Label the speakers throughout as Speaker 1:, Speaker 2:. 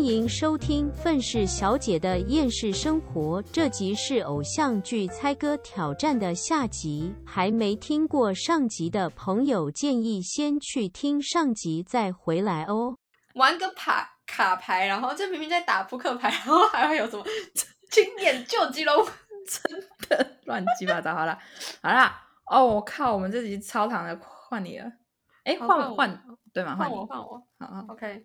Speaker 1: 迎收听《愤世小姐的厌世生活》，这集是偶像剧猜歌挑战的下集。还没听过上集的朋友，建议先去听上集再回来哦。
Speaker 2: 玩个卡卡牌，然后这明明在打扑克牌，然后还会有什么 青眼救急龙？
Speaker 3: 乱七八糟。好啦，好啦，哦，我靠，我们这集超长的，换你了。哎，
Speaker 2: 好
Speaker 3: 换
Speaker 2: 换我
Speaker 3: 换对吗？
Speaker 2: 换
Speaker 3: 你嗯
Speaker 2: 我，。换我
Speaker 3: 好好，
Speaker 2: ，OK。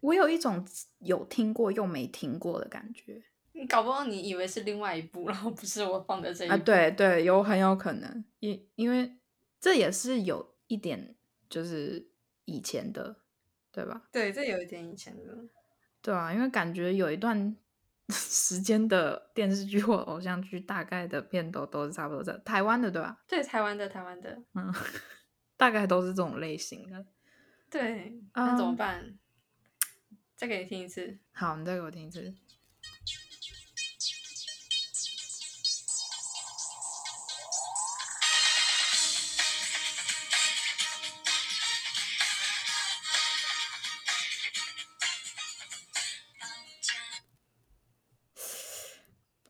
Speaker 3: 我有一种有听过又没听过的感觉
Speaker 2: 你搞不好你以为是另外一部，然后不是我放的这一部。
Speaker 3: 啊，对对，有很有可能，因因为这也是有一点就是以前的，对吧？
Speaker 2: 对，这有一点以前的。
Speaker 3: 对啊，因为感觉有一段 时间的电视剧或偶像剧，大概的片头都是差不多这台湾的，对吧？
Speaker 2: 对，台湾的，台湾的，
Speaker 3: 嗯， 大概都是这种类型的。
Speaker 2: 对，那怎么
Speaker 3: 嗯
Speaker 2: 办？再给你听一次。
Speaker 3: 好，你再给我听一次。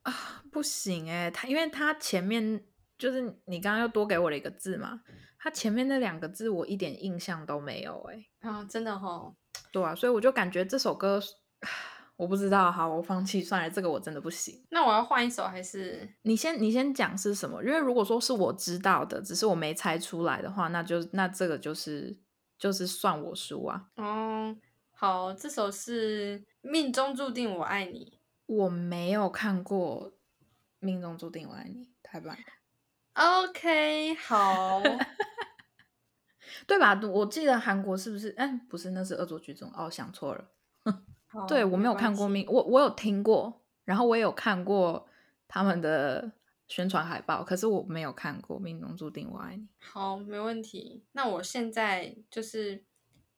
Speaker 3: 啊，不行哎、它因为它前面就是你刚刚又多给我了一个字嘛，它前面那两个字我一点印象都没有哎、
Speaker 2: 啊、真的哦，
Speaker 3: 对啊，所以我就感觉这首歌， 我不知道，好，我放弃算了，这个我真的不行。
Speaker 2: 那我要换一首还是？
Speaker 3: 你先，你先讲是什么？因为如果说是我知道的，只是我没猜出来的话，那就那这个就是就是算我输啊。
Speaker 2: 哦，好，这首是《命中注定我爱你》
Speaker 3: 我没有看过《命中注定我爱你》，太棒了，。
Speaker 2: OK，好，
Speaker 3: 对吧？我记得韩国是不是？哎，不是，那是《恶作剧中》哦，想错了。
Speaker 2: 好
Speaker 3: 对我没有
Speaker 2: 哦关
Speaker 3: 看过
Speaker 2: 系
Speaker 3: 命，我我有听过，然后我也有看过他们的宣传海报，可是我没有看过《命中注定我爱你》。
Speaker 2: 好，没问题。那我现在就是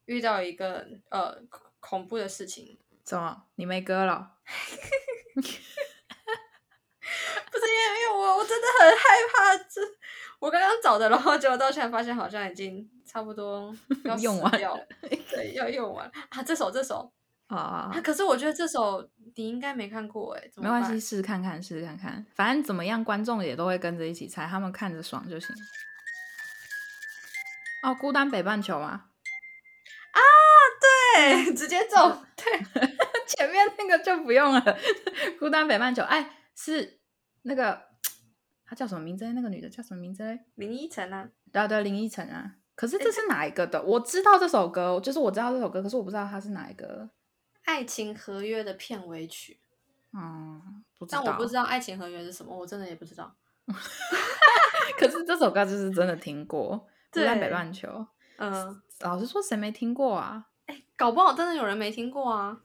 Speaker 2: 遇到一个呃恐恐怖的事情，
Speaker 3: 怎么？你没歌了？
Speaker 2: 不是因为因为我我真的很害怕，这我刚刚找的，然后结果到现在发现好像已经差不 多要
Speaker 3: 用
Speaker 2: 死
Speaker 3: 完
Speaker 2: 掉了，对，要用完啊。这首这首
Speaker 3: 啊
Speaker 2: 啊，，可是我觉得这首你应该没看过哎，怎
Speaker 3: 没
Speaker 2: 么
Speaker 3: 关
Speaker 2: 办
Speaker 3: 系，试试看看，试试看看，反正怎么样，观众也都会跟着一起猜，他们看着爽就行。哦，孤单北半球吗？
Speaker 2: 对，直接走，
Speaker 3: 前面那个就不用了，孤单北半球，哎，是那个她叫什么名字嘞？那个女的叫什么名字嘞？
Speaker 2: 林依晨啊，
Speaker 3: 对啊对啊，林依晨啊。可是这是哪一个的？我知道这首歌，就是我知道这首歌，可是我不知道它是哪一个。
Speaker 2: 《爱情合约》的片尾曲，
Speaker 3: 嗯，不知
Speaker 2: 但
Speaker 3: 道。
Speaker 2: 我不知道《爱情合约》是什么，我真的也不知道。
Speaker 3: 可是这首歌就是真的听过，《孤单北
Speaker 2: 对
Speaker 3: 半球》。
Speaker 2: 嗯、
Speaker 3: 老实说，谁没听过啊？
Speaker 2: 搞不好真的有人没听过啊。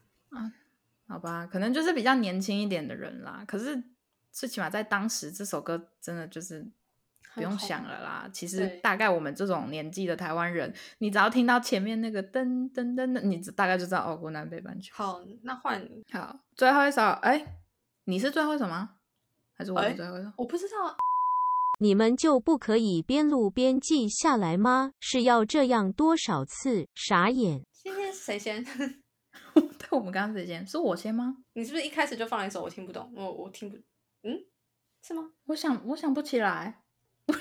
Speaker 3: 好吧，可能就是比较年轻一点的人啦。可是最起码在当时，这首歌真的就是不
Speaker 2: 很
Speaker 3: 用
Speaker 2: 红
Speaker 3: 想了啦。其实
Speaker 2: 对
Speaker 3: 大概我们这种年纪的台湾人，你只要听到前面那个噔噔噔的，你大概就知道哦，《孤南北半球》。
Speaker 2: 好，那换你。
Speaker 3: 好，最后一首，哎，你是最后一首吗？还是我
Speaker 2: 哎
Speaker 3: 是最后 一首？
Speaker 2: 我不知道，
Speaker 1: 你们就不可以边录边记下来吗？是要这样多少次？傻眼！
Speaker 2: 今天是谁先？
Speaker 3: 对，我们刚刚谁先？是我先吗？
Speaker 2: 你是不是一开始就放了一首我听不懂？我我听不，嗯，是吗？
Speaker 3: 我想，我想不起来。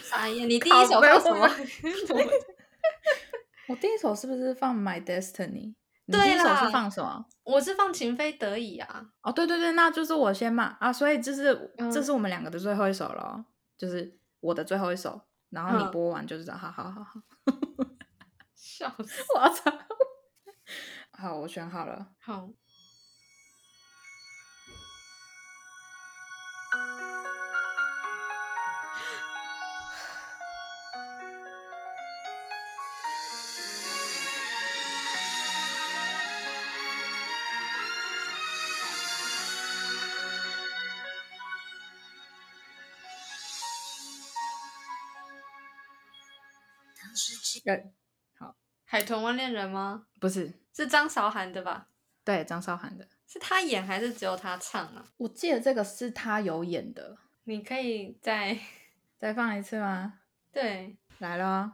Speaker 2: 傻眼，你第
Speaker 3: 靠
Speaker 2: 一首
Speaker 3: 背
Speaker 2: 放什
Speaker 3: 我
Speaker 2: 么？
Speaker 3: 我第一首是不是放《My Destiny》？你
Speaker 2: 对
Speaker 3: 第一首
Speaker 2: 啦
Speaker 3: 是放什么？
Speaker 2: 我是放《情非得已》啊。
Speaker 3: 哦，对对对，那就是我先嘛啊，所以就是、这
Speaker 2: 嗯
Speaker 3: 是我们两个的最后一首了哦，就是我的最后一首，然后你
Speaker 2: 嗯
Speaker 3: 播完就知道，好好好好，
Speaker 2: 笑死。
Speaker 3: 我要操， 好，我选好了，
Speaker 2: 好，
Speaker 3: 呃，
Speaker 2: 《海豚湾恋人》吗？
Speaker 3: 不是，
Speaker 2: 是张韶涵的吧？
Speaker 3: 对，张韶涵的，
Speaker 2: 是他演还是只有他唱啊？
Speaker 3: 我记得这个是他有演的，
Speaker 2: 你可以再
Speaker 3: 再放一次吗？
Speaker 2: 对
Speaker 3: 来咯。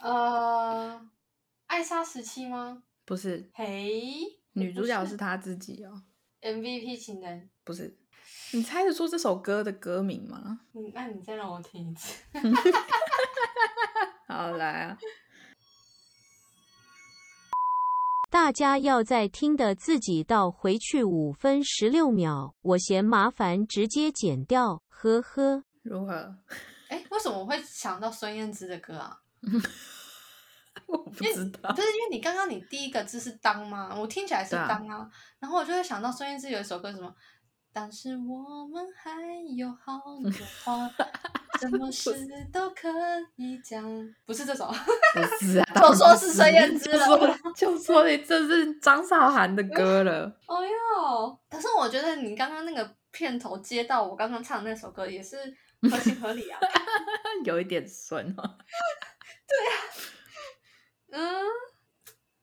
Speaker 2: 呃，艾莎时期吗？
Speaker 3: 不是，
Speaker 2: 嘿，
Speaker 3: 女主角是她自己哦，
Speaker 2: MVP 情人。
Speaker 3: 不是。你猜得出这首歌的歌名吗？
Speaker 2: 嗯，那你再让我听一次。
Speaker 3: 好，来啊！
Speaker 1: 大家要在听的自己倒回去五分十六秒，我嫌麻烦，直接剪掉，呵呵。
Speaker 3: 如何？
Speaker 2: 哎，为什么我会想到孙燕姿的歌啊？
Speaker 3: 我不知道
Speaker 2: 不。是因为你刚刚你第一个字是当吗？我听起来是
Speaker 3: 对啊
Speaker 2: 当啊，然后我就会想到孙燕姿有一首歌什么，但是我们还有好多 话，什么事都可以讲，不是这首。
Speaker 3: 不是啊，
Speaker 2: 就说
Speaker 3: 当然不
Speaker 2: 是孙燕姿
Speaker 3: 就
Speaker 2: 了
Speaker 3: 说就说你这是张韶涵的 歌了。
Speaker 2: 哦哟，可是我觉得你刚刚那个片头接到我刚刚唱的那首歌也 是合情合理啊。
Speaker 3: 有一点酸哦。
Speaker 2: 嗯，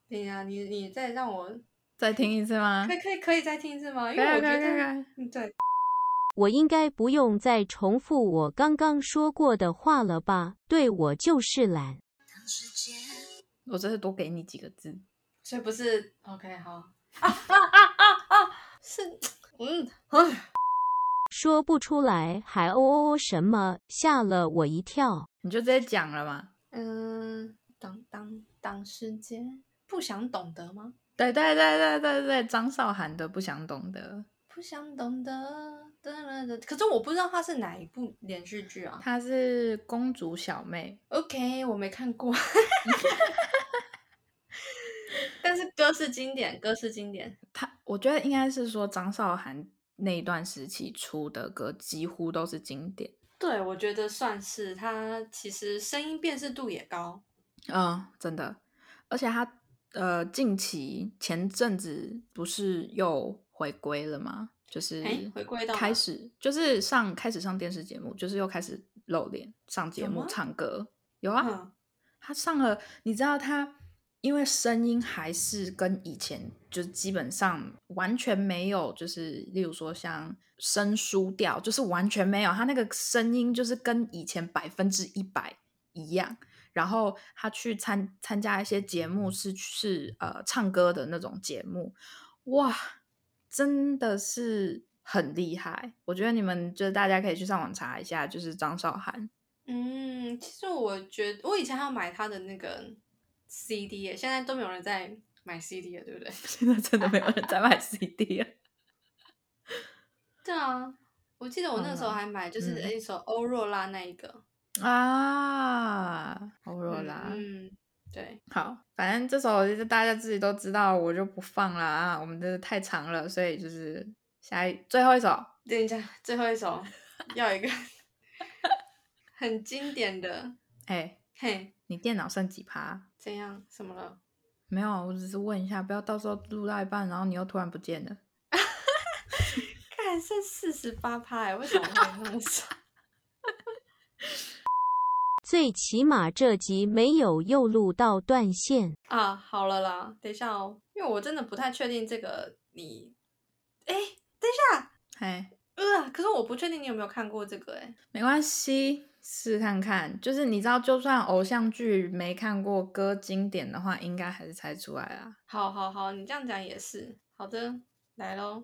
Speaker 2: 对呀、你你再让我
Speaker 3: 再听一次吗？
Speaker 2: 可以可以可以再听一次吗？因
Speaker 3: 啊可以
Speaker 2: 为
Speaker 3: 啊
Speaker 2: 我觉
Speaker 3: 可以啊可以
Speaker 2: 得
Speaker 3: 啊
Speaker 2: 嗯对，
Speaker 1: 我应该不用再重复我刚刚说过的话了吧？对我就是懒。
Speaker 3: 我这是多给你几个字。
Speaker 2: 所以不是 OK 好 啊啊啊啊啊是嗯唉
Speaker 1: 说不出来，还哦哦哦什么，吓了我一跳。
Speaker 3: 你就直接讲了嘛。
Speaker 2: 嗯当当当世界不想懂得吗？
Speaker 3: 对对对对对对，张韶涵的《不想懂得
Speaker 2: 不想懂得，哒啦哒可是我不知道它是哪一部连续剧》，啊。
Speaker 3: 她是公主小妹，
Speaker 2: OK，我没看 过，但是歌是经典，歌是经典。
Speaker 3: 她我觉得应该是说张韶涵那一段时期出的歌几乎都是经典。
Speaker 2: 对，我觉得算是他，其实声音辨识度也高。
Speaker 3: 嗯，真的，而且她呃近期前阵子不是又回归了吗？就是
Speaker 2: 诶哎回归到哪
Speaker 3: 开始就是上开始上电视节目，就是又开始露脸上节
Speaker 2: 有
Speaker 3: 目
Speaker 2: 吗
Speaker 3: 唱歌，有啊，
Speaker 2: 嗯，
Speaker 3: 他上了，你知道他因为声音还是跟以前就是基本上完全没有，就是例如说像声输掉，就是完全没有，他那个声音就是跟以前百分之一百一样。然后他去参参加一些节目是，是呃唱歌的那种节目，哇，真的是很厉害！我觉得你们就是大家可以去上网查一下，就是张韶涵，
Speaker 2: 嗯，其实我觉得我以前还要买他的那个 CD，耶现在都没有人在买 CD 了，对不对？
Speaker 3: 现在真的没有人在买 CD 了。
Speaker 2: 对啊，我记得我那时候
Speaker 3: 嗯
Speaker 2: 还买，就是
Speaker 3: 嗯
Speaker 2: 一首欧若拉那一个。
Speaker 3: 啊，欧若拉。
Speaker 2: 嗯，嗯对，
Speaker 3: 好，反正这首就是大家自己都知道，我就不放了啊。我们这个太长了，所以就是下一最后一首。
Speaker 2: 等一下，最后一首要一个 很经典的，
Speaker 3: 哎、
Speaker 2: 嘿，
Speaker 3: 你电脑剩几趴？
Speaker 2: 怎样？怎么了？
Speaker 3: 没有，啊我只是问一下，不要到时候录到一半，然后你又突然不见了。
Speaker 2: 看剩四十八趴哎，为什么会那么少？
Speaker 1: 最起码这集没有又录到断线。
Speaker 2: 啊，好了啦，等一下哦，因为我真的不太确定这个你，哎，
Speaker 3: 哎，
Speaker 2: 呃，可是我不确定你有没有看过这个哎，
Speaker 3: 没关系，试看看。就是你知道，就算偶像剧没看过歌经典的话，应该还是猜出来啦。
Speaker 2: 好好好，你这样讲也是，好的，来喽，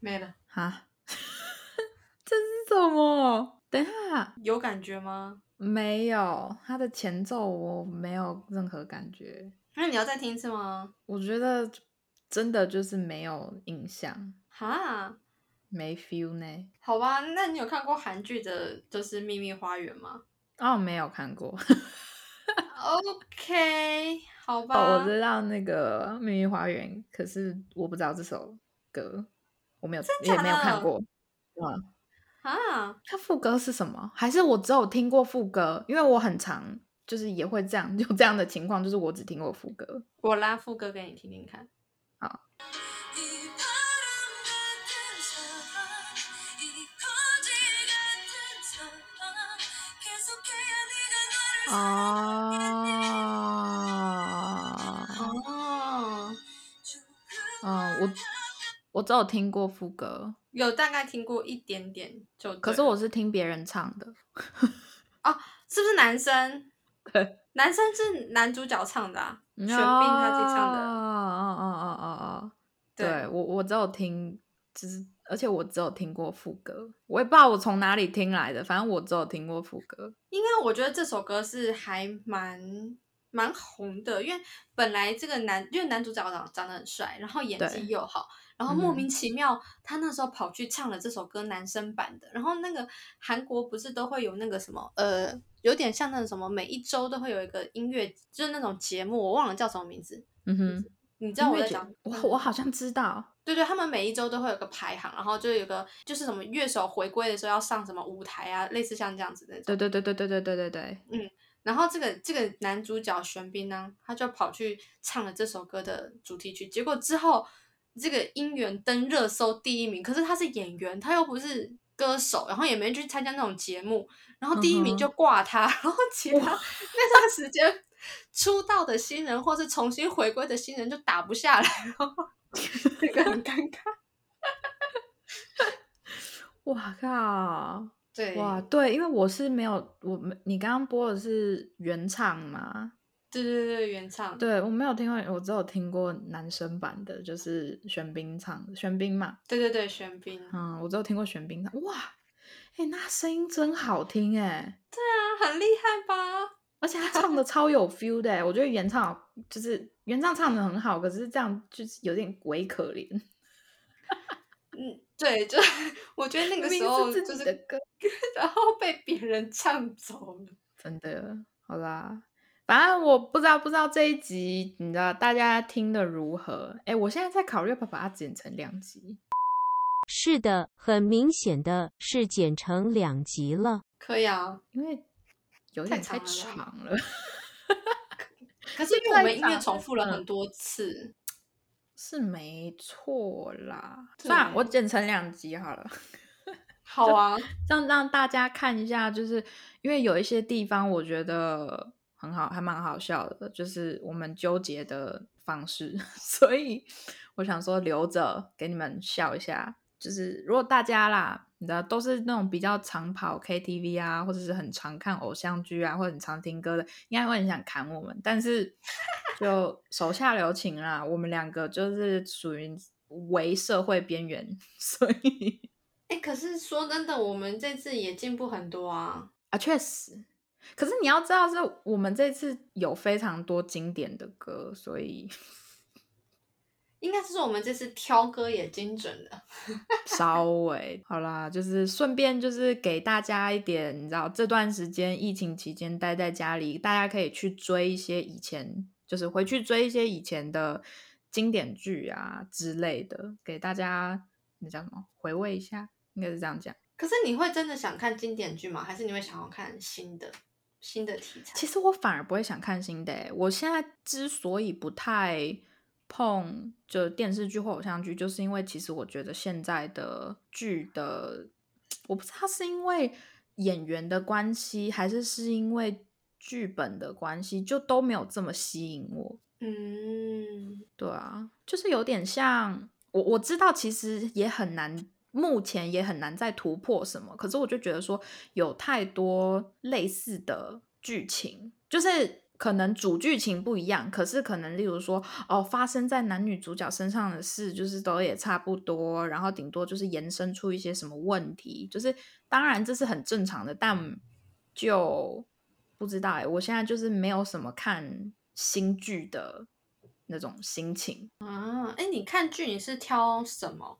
Speaker 2: 没了，
Speaker 3: 哈， 这是什么？等一下，
Speaker 2: 有感觉吗？
Speaker 3: 没有，它的前奏我没有任何感觉，
Speaker 2: 那你要再听一次吗？
Speaker 3: 我觉得真的就是没有印象，
Speaker 2: 哈，
Speaker 3: 没 feel 呢。
Speaker 2: 好吧，那你有看过韩剧的，就是《秘密花园》吗？
Speaker 3: 哦，没有看过。
Speaker 2: OK，好吧，
Speaker 3: 哦，我知道那个《秘密花园》，可是我不知道这首歌，我没有
Speaker 2: 假
Speaker 3: 也没有看
Speaker 2: 的
Speaker 3: 过。
Speaker 2: 啊，
Speaker 3: 它副歌是什么？还是我只有听过副歌？因为我很常就是也会这样， 有这样的情况，就是我只听过副歌。
Speaker 2: 我拉副歌给你听听看。
Speaker 3: 哦，
Speaker 2: 哦，
Speaker 3: 嗯，我我只有听过副歌，
Speaker 2: 有大概听过一点点就对了，
Speaker 3: 可是我是听别人唱的。
Speaker 2: 是不是男生？
Speaker 3: 对，
Speaker 2: 男生是男主角唱的、啊，玄彬他自己唱
Speaker 3: 哦
Speaker 2: 的。
Speaker 3: 哦哦哦哦哦，对我我只有听，就是而且我只有听过副歌，我也不知道我从哪里听来的，反正我只有听过副歌。
Speaker 2: 因为我觉得这首歌是还蛮蛮红的，因为本来这个男，因为男主角长长得很帅，然后演
Speaker 3: 对
Speaker 2: 技
Speaker 3: 嗯
Speaker 2: 又好，然后莫名其妙、他那时候跑去唱了这首歌男生版的，然后那个韩国不是都会有那个什么呃，有点像那种什么，每一周都会有一个音乐，就是那种节目，我忘了叫什么名字，
Speaker 3: 嗯哼，
Speaker 2: 你知
Speaker 3: 音
Speaker 2: 道我
Speaker 3: 乐
Speaker 2: 在
Speaker 3: 节
Speaker 2: 讲？嗯
Speaker 3: 我我好像知道，
Speaker 2: 对对，他们每一周都会有个排行，然后就有个就是什么乐手回归的时候要上什么舞台啊，类似像这样子那种。
Speaker 3: 对对对对对对对对对，
Speaker 2: 然后这个这个男主角玄彬呢，他就跑去唱了这首歌的主题曲，结果之后这个音源登热搜第一名，可是他是演员，他又不是歌手，然后也没去参加那种节目，然
Speaker 3: 嗯
Speaker 2: 后第一名就挂他，然后其他那段时间出道的新人或是重新回归的新人就打不下来， 然后 这个很尴尬。
Speaker 3: 哇靠！
Speaker 2: 对，
Speaker 3: 哇，对，因为我是没有，我没你刚刚播的是原唱嘛？
Speaker 2: 对对对，原唱，
Speaker 3: 对，我没有听过，我只有听过男生版的，就是玄彬唱的，玄彬嘛，
Speaker 2: 对对对，玄彬，啊
Speaker 3: 嗯，我只有听过玄彬唱，哇，哎、那声音真好听哎、
Speaker 2: 他很厉害吧？
Speaker 3: 而且他唱的超有 feel 的、欸，我觉得原唱好就是原唱唱的很好，可是这样就是有点鬼可怜。
Speaker 2: 嗯，对，就 我觉得那个
Speaker 3: 明
Speaker 2: 时
Speaker 3: 明
Speaker 2: 候
Speaker 3: 是
Speaker 2: 就
Speaker 3: 自己
Speaker 2: 是
Speaker 3: 的歌，
Speaker 2: 然后被别人唱走了。
Speaker 3: 真的，好啦，反正我不知道不知道这一集你知道大家听的如何？哎、我现在在考虑要不要把它剪成两集。
Speaker 1: 是的，很明显的是剪成两集了。
Speaker 2: 可以啊，
Speaker 3: 因为有
Speaker 2: 太
Speaker 3: 点太
Speaker 2: 长
Speaker 3: 长
Speaker 2: 了
Speaker 3: 了。
Speaker 2: 可是因为我们音乐重复了
Speaker 3: 嗯
Speaker 2: 很多次，
Speaker 3: 是没错啦，算了，我
Speaker 2: 对
Speaker 3: 剪成两集好了，
Speaker 2: 好啊，
Speaker 3: 让让大家看一下，就是因为有一些地方我觉得很好，还蛮好笑的，就是我们纠结的方式， 所以我想说留着给你们笑一下。就是如果大家啦，你知道都是那种比较常跑 KTV 啊，或者是很常看偶像剧啊，或者很常听歌的，应该会很想砍我们，但是就手下留情啦。我们两个就是属于为社会边缘，所以
Speaker 2: 哎、可是说真的，我们这次也进步很多啊。
Speaker 3: 啊，确实。可是你要知道，是我们这次有非常多经典的歌，所以
Speaker 2: 应该是说我们这次挑歌也精准了。
Speaker 3: 稍微好啦，就是顺便就是给大家一点，你知道这段时间疫情期间待在家里，大家可以去追一些以前，就是回去追一些以前的经典剧啊之类的，给大家那叫什么回味一下，应该是这样讲。
Speaker 2: 可是你会真的想看经典剧吗？还是你会想要看新的新的题材？
Speaker 3: 其实我反而不会想看新的、欸。我现在之所以不太碰就电视剧或偶像剧，就是因为其实我觉得现在的剧的，我不知道是因为演员的关系，还是是因为剧本的关系，就都没有这么吸引我。
Speaker 2: 嗯，
Speaker 3: 对啊，就是有点像我我知道，其实也很难，目前也很难再突破什么。可是我就觉得说，有太多类似的剧情，就是可能主剧情不一样，可是可能例如说，哦，发生在男女主角身上的事，就是都也差不多，然后顶多就是延伸出一些什么问题，就是当然这是很正常的，但就不知道哎、我现在就是没有什么看新剧的那种心情。
Speaker 2: 啊，哎、你看剧你是挑什么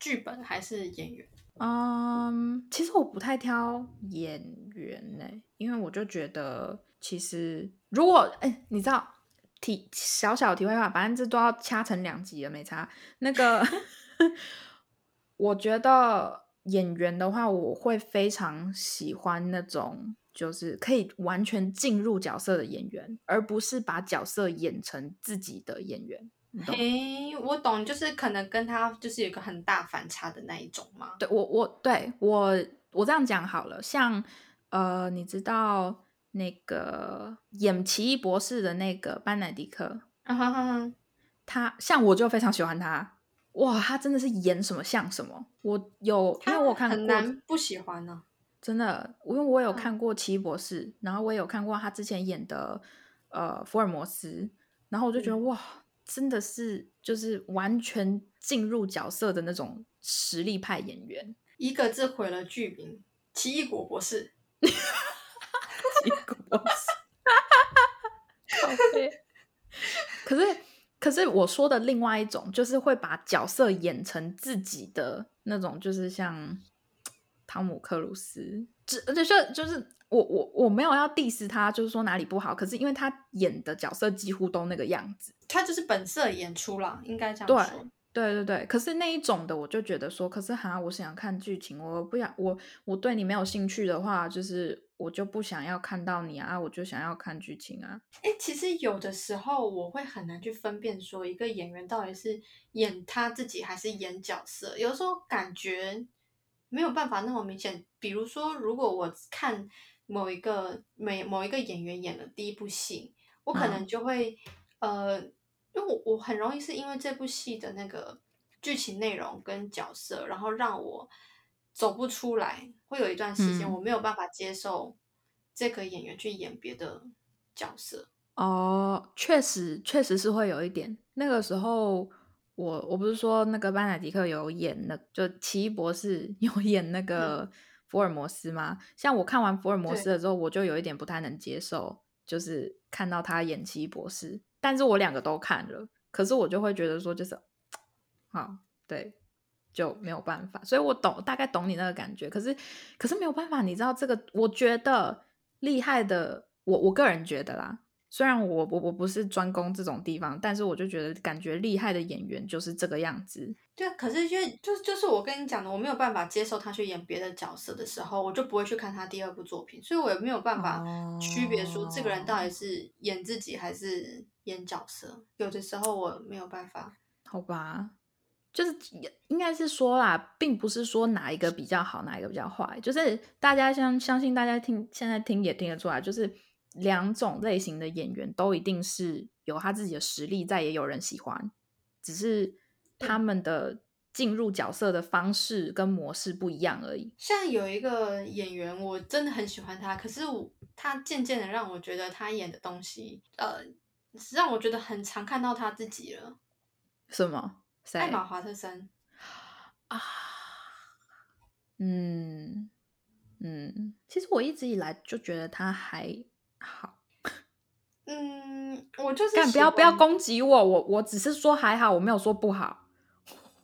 Speaker 2: 剧本还是演员？
Speaker 3: 嗯，其实我不太挑演员呢、因为我就觉得，其实如果哎，你知道题小小题外话，反正这都要掐成两集了，没差。那个， 我觉得演员的话，我会非常喜欢那种就是可以完全进入角色的演员，而不是把角色演成自己的演员。你懂吗
Speaker 2: 诶、我懂，就是可能跟他就是有一个很大反差的那一种 嘛。
Speaker 3: 对我，我对我我这样讲好了，像呃，你知道那个演《奇异博士》的那个班乃迪克，
Speaker 2: 啊哈哈哈，
Speaker 3: 他像我就非常喜欢他，哇，他真的是演什么像什么。我有因为我有看过
Speaker 2: 很难不喜欢呢、
Speaker 3: 真的，因为我有
Speaker 2: 嗯
Speaker 3: 看过《奇异博士》，然后我也有看过他之前演的呃福尔摩斯，然后我就
Speaker 2: 嗯
Speaker 3: 觉得、哇，真的是就是完全进入角色的那种实力派演员。
Speaker 2: 一个字毁了剧名，《奇异果博士》。
Speaker 3: 结果是，可是可是我说的另外一种，就是会把角色演成自己的那种，就是像汤姆克鲁斯，只就是就是我我我没有要 diss 他，就是说哪里不好，可是因为他演的角色几乎都那个样子，
Speaker 2: 他就是本色演出啦，应该这样
Speaker 3: 对
Speaker 2: 说。
Speaker 3: 对对对，可是那一种的，我就觉得说，可是哈，我想看剧情，我不想我我对你没有兴趣的话，就是我就不想要看到你啊，我就想要看剧情啊。
Speaker 2: 哎、其实有的时候我会很难去分辨，说一个演员到底是演他自己还是演角色。有时候感觉没有办法那么明显。比如说，如果我看某一个每某一个演员演的第一部戏，我可能就会、呃，因为我我很容易是因为这部戏的那个剧情内容跟角色，然后让我走不出来，会有一段时间
Speaker 3: 嗯
Speaker 2: 我没有办法接受这个演员去演别的角色。
Speaker 3: 哦，确实确实是会有一点。那个时候，我我不是说那个班乃迪克有演那就奇异博士 有演那个福尔摩斯吗？像我看完福尔摩斯
Speaker 2: 对
Speaker 3: 了之后，我就有一点不太能接受，就是看到他演奇异博士，但是我两个都看了，可是我就会觉得说就是，好对。就没有办法，所以我懂，大概懂你那个感觉。可是，可是没有办法，你知道这个，我觉得厉害的，我我个人觉得啦，虽然我我我不是专攻这种地方，但是我就觉得感觉厉害的演员就是这个样子。
Speaker 2: 对啊，可是因为就就是我跟你讲的，我没有办法接受他去演别的角色的时候，我就不会去看他第二部作品，所以我也没有办
Speaker 3: 哦
Speaker 2: 法区别说这个人到底是演自己还是演角色。有的时候我没有办法，
Speaker 3: 好吧，就是也应该是说啦，并不是说哪一个比较好，哪一个比较坏，就是大家相相信大家听现在听也听得出来，就是两种类型的演员都一定是有他自己的实力在，也有人喜欢，只是他们的进入角色的方式跟模式不一样而已。
Speaker 2: 像有一个演员，我真的很喜欢他，可是我他渐渐的让我觉得他演的东西，呃，让我觉得很常看到他自己了。
Speaker 3: 什么？谁？
Speaker 2: 艾玛华特森，
Speaker 3: 啊， 嗯嗯，其实我一直以来就觉得他还好，
Speaker 2: 嗯，我就是
Speaker 3: 但不
Speaker 2: 喜
Speaker 3: 要不要
Speaker 2: 欢
Speaker 3: 攻击我，我我只是说还好，我没有说不好。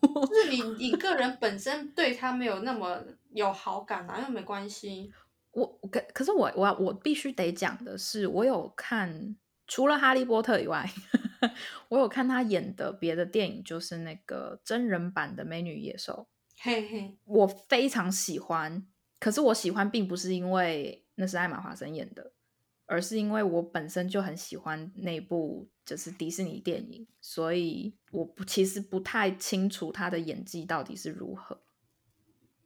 Speaker 2: 就是你你个人本身对他没有那么有好感啊，又没关系。
Speaker 3: 我我可可是我我我必须得讲的是，我有看除了《哈利波特》以外， 我有看他演的别的电影，就是那个真人版的《美女野兽》。
Speaker 2: 嘿嘿，
Speaker 3: 我非常喜欢，可是我喜欢并不是因为那是艾玛华森演的，而是因为我本身就很喜欢那部就是迪士尼电影，所以我不其实不太清楚他的演技到底是如何。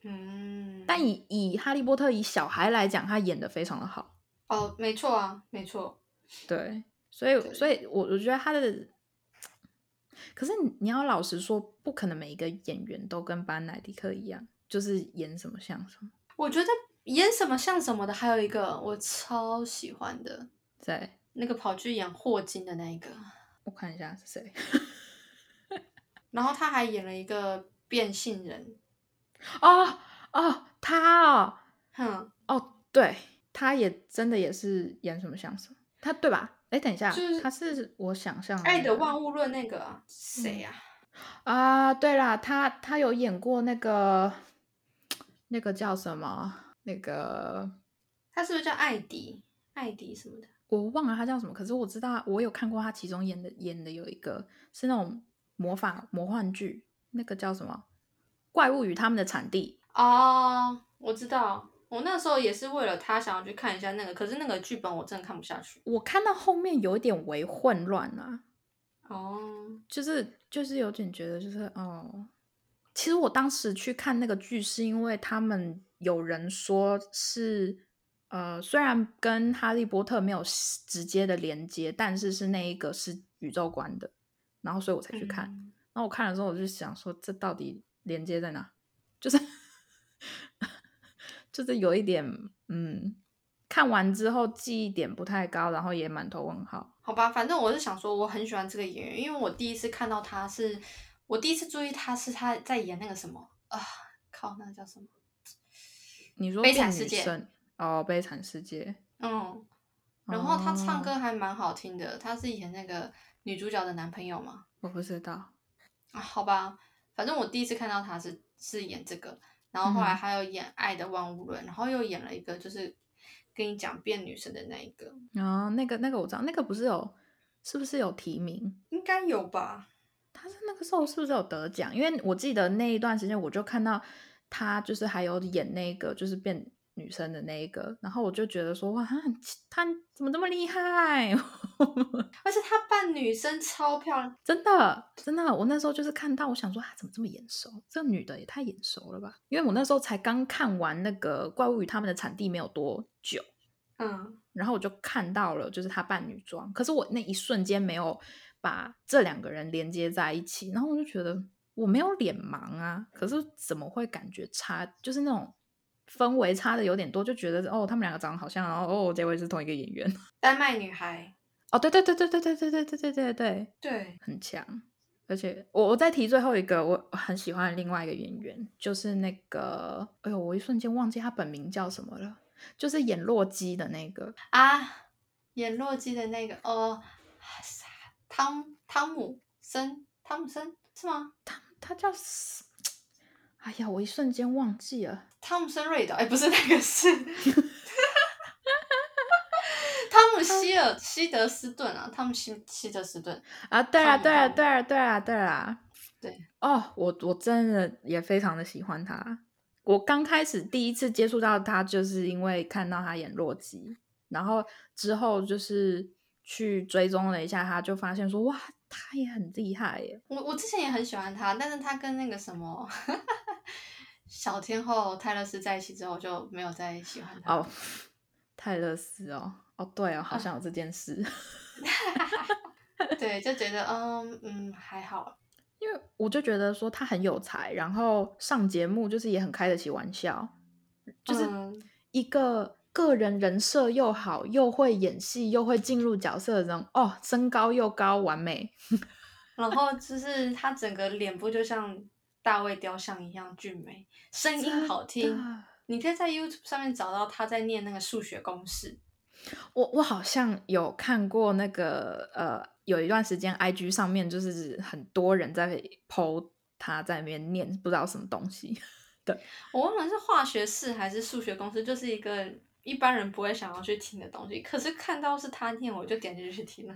Speaker 2: 嗯，
Speaker 3: 但以以哈利波特以小孩来讲，他演的非常的好，
Speaker 2: 哦，没错啊，没错，
Speaker 3: 对，所以
Speaker 2: 对
Speaker 3: 所以我我觉得他的。可是你要老实说，不可能每一个演员都跟班乃迪克一样，就是演什么像什么。
Speaker 2: 我觉得演什么像什么的，还有一个我超喜欢的
Speaker 3: 对，
Speaker 2: 那个跑去演霍金的那一个，
Speaker 3: 我看一下是谁。
Speaker 2: 然后他还演了一个变性人，
Speaker 3: 哦哦，他哦
Speaker 2: 哼，
Speaker 3: 哦，对，他也真的也是演什么像什么，他对吧？哎，等一下，
Speaker 2: 就是
Speaker 3: 他是我想象
Speaker 2: 《爱的
Speaker 3: 物
Speaker 2: 万物论》那个啊谁啊？
Speaker 3: 啊，对啦，他他有演过那个那个叫什么那个
Speaker 2: 他他是不是叫艾迪？艾迪什么的？
Speaker 3: 我忘了他叫什么，可是我知道我有看过他其中演的演的有一个是那种魔法魔幻剧，那个叫什么《怪物与他们的产地》。
Speaker 2: 哦，我知道，我那时候也是为了他想要去看一下那个，可是那个剧本我真的看不下去。
Speaker 3: 我看到后面有一点微混乱啊，
Speaker 2: 哦，
Speaker 3: 就是就是有点觉得就是哦，其实我当时去看那个剧是因为他们有人说是呃，虽然跟《哈利波特》没有直接的连接，但是是那一个是宇宙观的，然后所以我才去看。
Speaker 2: 嗯
Speaker 3: 然后我看了之后，我就想说，这到底连接在哪？就是 就是有一点，嗯，看完之后记忆点不太高，然后也满头问号。
Speaker 2: 好吧，反正我是想说，我很喜欢这个演员，因为我第一次看到他是，我第一次注意他是他在演那个什么啊，靠，那个叫什么？
Speaker 3: 你说
Speaker 2: 悲惨
Speaker 3: 变
Speaker 2: 世
Speaker 3: 女
Speaker 2: 界
Speaker 3: 生哦，悲惨世界，
Speaker 2: 嗯，然后他唱
Speaker 3: 哦
Speaker 2: 歌还蛮好听的，他是演那个女主角的男朋友嘛？
Speaker 3: 我不知道。
Speaker 2: 啊，好吧，反正我第一次看到他是是演这个，然后后来
Speaker 3: 嗯
Speaker 2: 还有演《爱的万物论》，然后又演了一个就是跟你讲变女生的那一个，
Speaker 3: 然哦后那个那个我知道，那个不是有是不是有提名？
Speaker 2: 应该有吧？
Speaker 3: 他是那个时候是不是有得奖？因为我记得那一段时间，我就看到他就是还有演那个就是变女生的那一个，然后我就觉得说哇，他很他怎么这么厉害？
Speaker 2: 而且他扮女生超漂亮，
Speaker 3: 真的真的，我那时候就是看到，我想说他啊怎么这么眼熟？这女的也太眼熟了吧？因为我那时候才刚看完那个《怪物与他们的产地》没有多久，
Speaker 2: 嗯，
Speaker 3: 然后我就看到了，就是她扮女装，可是我那一瞬间没有把这两个人连接在一起，然后我就觉得我没有脸盲啊，可是怎么会感觉差，就是那种氛围差的有点多，就觉得哦，他们两个长得好像，然后哦，结果是同一个演员，
Speaker 2: 丹麦女孩，
Speaker 3: 哦，对对对对对对对对对对对对，
Speaker 2: 对，
Speaker 3: 很强。而且我我再提最后一个我很喜欢的另外一个演员，就是那个，哎呦，我一瞬间忘记他本名叫什么了，就是演洛基的那个，
Speaker 2: 啊，演洛基的那个哦，汤汤姆森，汤姆森是吗？
Speaker 3: 他他叫什，哎呀，我一瞬间忘记了。
Speaker 2: 汤姆森瑞德，哎，不是那个 是汤姆希尔希德斯顿啊，汤姆希希德斯顿，
Speaker 3: 啊，对啊，
Speaker 2: 汤姆
Speaker 3: 对
Speaker 2: 汤
Speaker 3: 啊，
Speaker 2: 姆
Speaker 3: 对啊，对啊，对啊，
Speaker 2: 对。
Speaker 3: 哦，我我真的也非常的喜欢他。我刚开始第一次接触到他，就是因为看到他演洛基，然后之后就是去追踪了一下他，就发现说哇，他也很厉害耶。
Speaker 2: 我我之前也很喜欢他，但是他跟那个什么 小天后泰勒斯在一起之后，我就没有再喜欢他。
Speaker 3: 哦， 泰勒斯哦，哦对哦，好像有这件事。
Speaker 2: 对，就觉得嗯嗯还好，
Speaker 3: 因为我就觉得说他很有才，然后上节目就是也很开得起玩笑，就是
Speaker 2: 嗯
Speaker 3: 一个个人人设又好，又会演戏，又会进入角色的人，哦，身高又高，完美。
Speaker 2: 然后就是他整个脸部就像大卫雕像一样俊美，声音好
Speaker 3: 真
Speaker 2: 听
Speaker 3: 的。
Speaker 2: 你可以在 YouTube 上面找到他在念那个数学公式。
Speaker 3: 我我好像有看过那个呃，有一段时间 IG 上面就是很多人在 PO 他在那边念不知道什么东西。
Speaker 2: 我忘了是化学式还是数学公式，就是一个一般人不会想要去听的东西。可是看到是他念，我就点进去听了。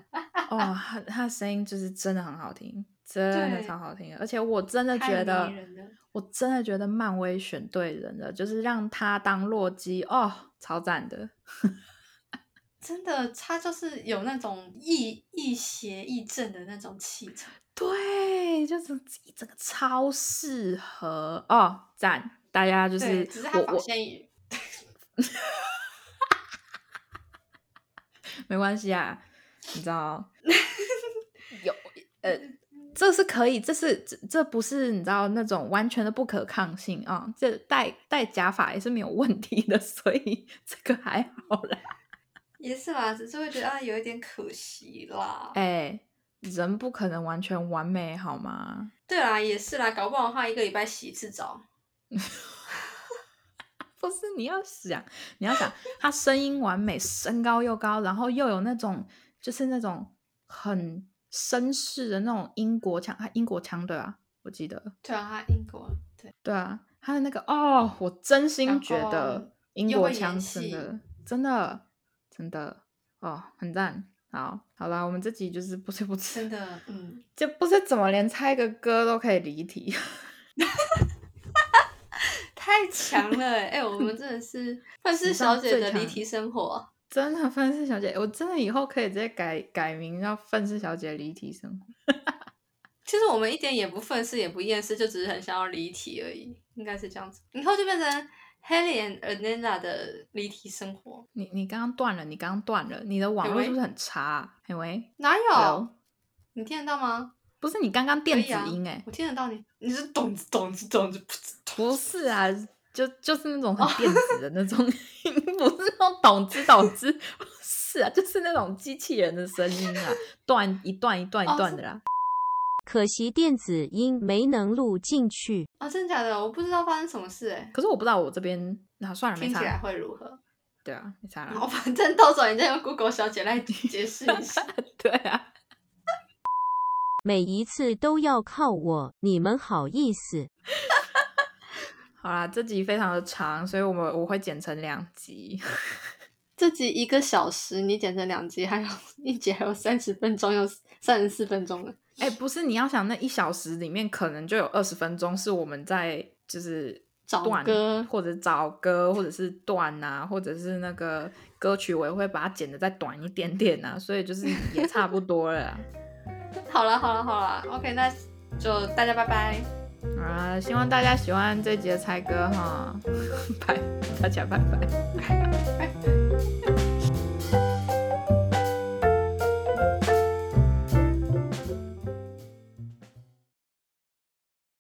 Speaker 3: 哦，
Speaker 2: 啊
Speaker 3: 他他的声音就是真的很好听，真的
Speaker 2: 对
Speaker 3: 超好听的，而且我真的
Speaker 2: 太
Speaker 3: 觉
Speaker 2: 迷
Speaker 3: 得
Speaker 2: 人了，
Speaker 3: 我真的觉得漫威选对人了，就是让他当洛基，哦，超赞的。
Speaker 2: 真的，他就是有那种亦亦邪亦正的那种气场。
Speaker 3: 对，就是一整个超适合哦，赞！大家就
Speaker 2: 对，
Speaker 3: 是
Speaker 2: 只是他
Speaker 3: 我
Speaker 2: 发
Speaker 3: 我
Speaker 2: 现也
Speaker 3: 没关系啊，你知道有呃，这是可以，这是这这不是你知道那种完全的不可抗性啊、这戴戴假发也是没有问题的， 所以这个还好啦。
Speaker 2: 也是啦，只是会觉得啊，有一点可惜啦。
Speaker 3: 哎，人不可能完全完美好吗？
Speaker 2: 对啦，也是啦，搞不好他一个礼拜洗一次澡。
Speaker 3: 不是你要想，你要想他声音完美，身高又高，然后又有那种就是那种很绅士的那种英国腔，他英国腔对吧？我记得，
Speaker 2: 对啊，他英国
Speaker 3: 对啊，他的那个哦，我真
Speaker 2: 然
Speaker 3: 心觉
Speaker 2: 后
Speaker 3: 得英
Speaker 2: 又
Speaker 3: 国
Speaker 2: 会演
Speaker 3: 腔
Speaker 2: 戏
Speaker 3: 真的真的真的哦，很赞。好，好啦，我们这集就是不是不
Speaker 2: 真
Speaker 3: 吃，
Speaker 2: 的，嗯，
Speaker 3: 就不是怎么连猜个歌都可以离题。
Speaker 2: 太强了哎、哎我们真的 是范氏小姐的离题生活，啊
Speaker 3: 真的，愤世小姐，我真的以后可以直接改改名叫愤世小姐离题生活。
Speaker 2: 其实我们一点也不愤世，也不厌世，就只是很想要离题而已，应该是这样子。以后就变成 Helen and Anela 的离题生活，
Speaker 3: 你你刚刚断了，你刚刚断了，你的网络
Speaker 2: 喂
Speaker 3: 是不是很差、啊？哎喂，
Speaker 2: 哪有
Speaker 3: Hello？
Speaker 2: 你听得到吗？
Speaker 3: 不是你刚刚
Speaker 2: 哦可
Speaker 3: 电
Speaker 2: 以
Speaker 3: 子
Speaker 2: 啊
Speaker 3: 音哎、
Speaker 2: 我听得到你，你是咚子咚子咚子，噗呲
Speaker 3: 不是啊，就就是那种
Speaker 2: 哦
Speaker 3: 很电子的那种音，不是那种懂之懂之，不是啊，就是那种机器人的声音啊，断一段一段一
Speaker 2: 哦
Speaker 3: 段
Speaker 2: 是
Speaker 3: 的啦。
Speaker 1: 可惜电子音没能录进去。
Speaker 2: 啊，真的假的？我不知道发生什么事哎、
Speaker 3: 可是我不知道我这边，那、算了，没
Speaker 2: 听起来哦
Speaker 3: 差。
Speaker 2: 会如何？
Speaker 3: 对啊，没差
Speaker 2: 然后
Speaker 3: 啦。
Speaker 2: 反正到时候你再用 Google 小姐来解释一 下。
Speaker 3: 对啊，
Speaker 1: 每一次都要靠我，你们好意思？
Speaker 3: 好啦，这集非常的长，所以我们我会剪成两集。
Speaker 2: 这集一个小时，你剪成两集，还有 一集还有三十分钟，有三十四分钟了。
Speaker 3: 哎、不是，你要想那一小时里面，可能就有二十分钟是我们在就是
Speaker 2: 找
Speaker 3: 断
Speaker 2: 歌
Speaker 3: 或者找歌，或者是断啊，或者是那个歌曲，我也会把它剪的再短一点点啊，所以就是也差不多了啊
Speaker 2: 好了好了好了，OK，那就大家拜拜，
Speaker 3: 好啦。希望大 家喜欢这集的猜歌哈，拜，大家拜拜。
Speaker 2: 拜拜。